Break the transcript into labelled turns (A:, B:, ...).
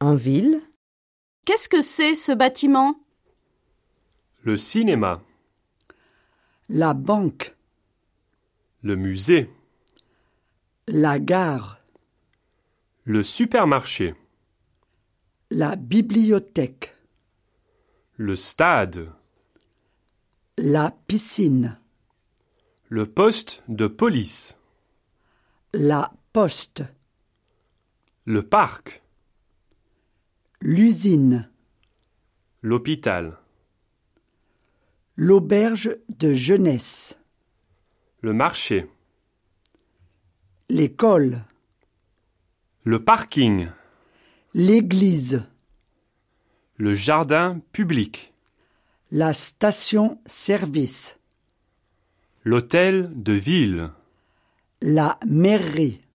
A: en ville,
B: Qu'est-ce que c'est ce bâtiment
C: le cinéma,
D: la banque,
C: le musée,
D: la gare,
C: le supermarché,
D: la bibliothèque,
C: le stade,
D: la piscine,
C: le poste de police,
D: la poste,
C: le parc,
D: l'usine,
C: l'hôpital,
D: l'auberge de jeunesse,
C: le marché,
D: l'école,
C: le parking,
D: l'église,
C: le jardin public,
D: la station-service,
C: l'hôtel de ville.
D: la mairie.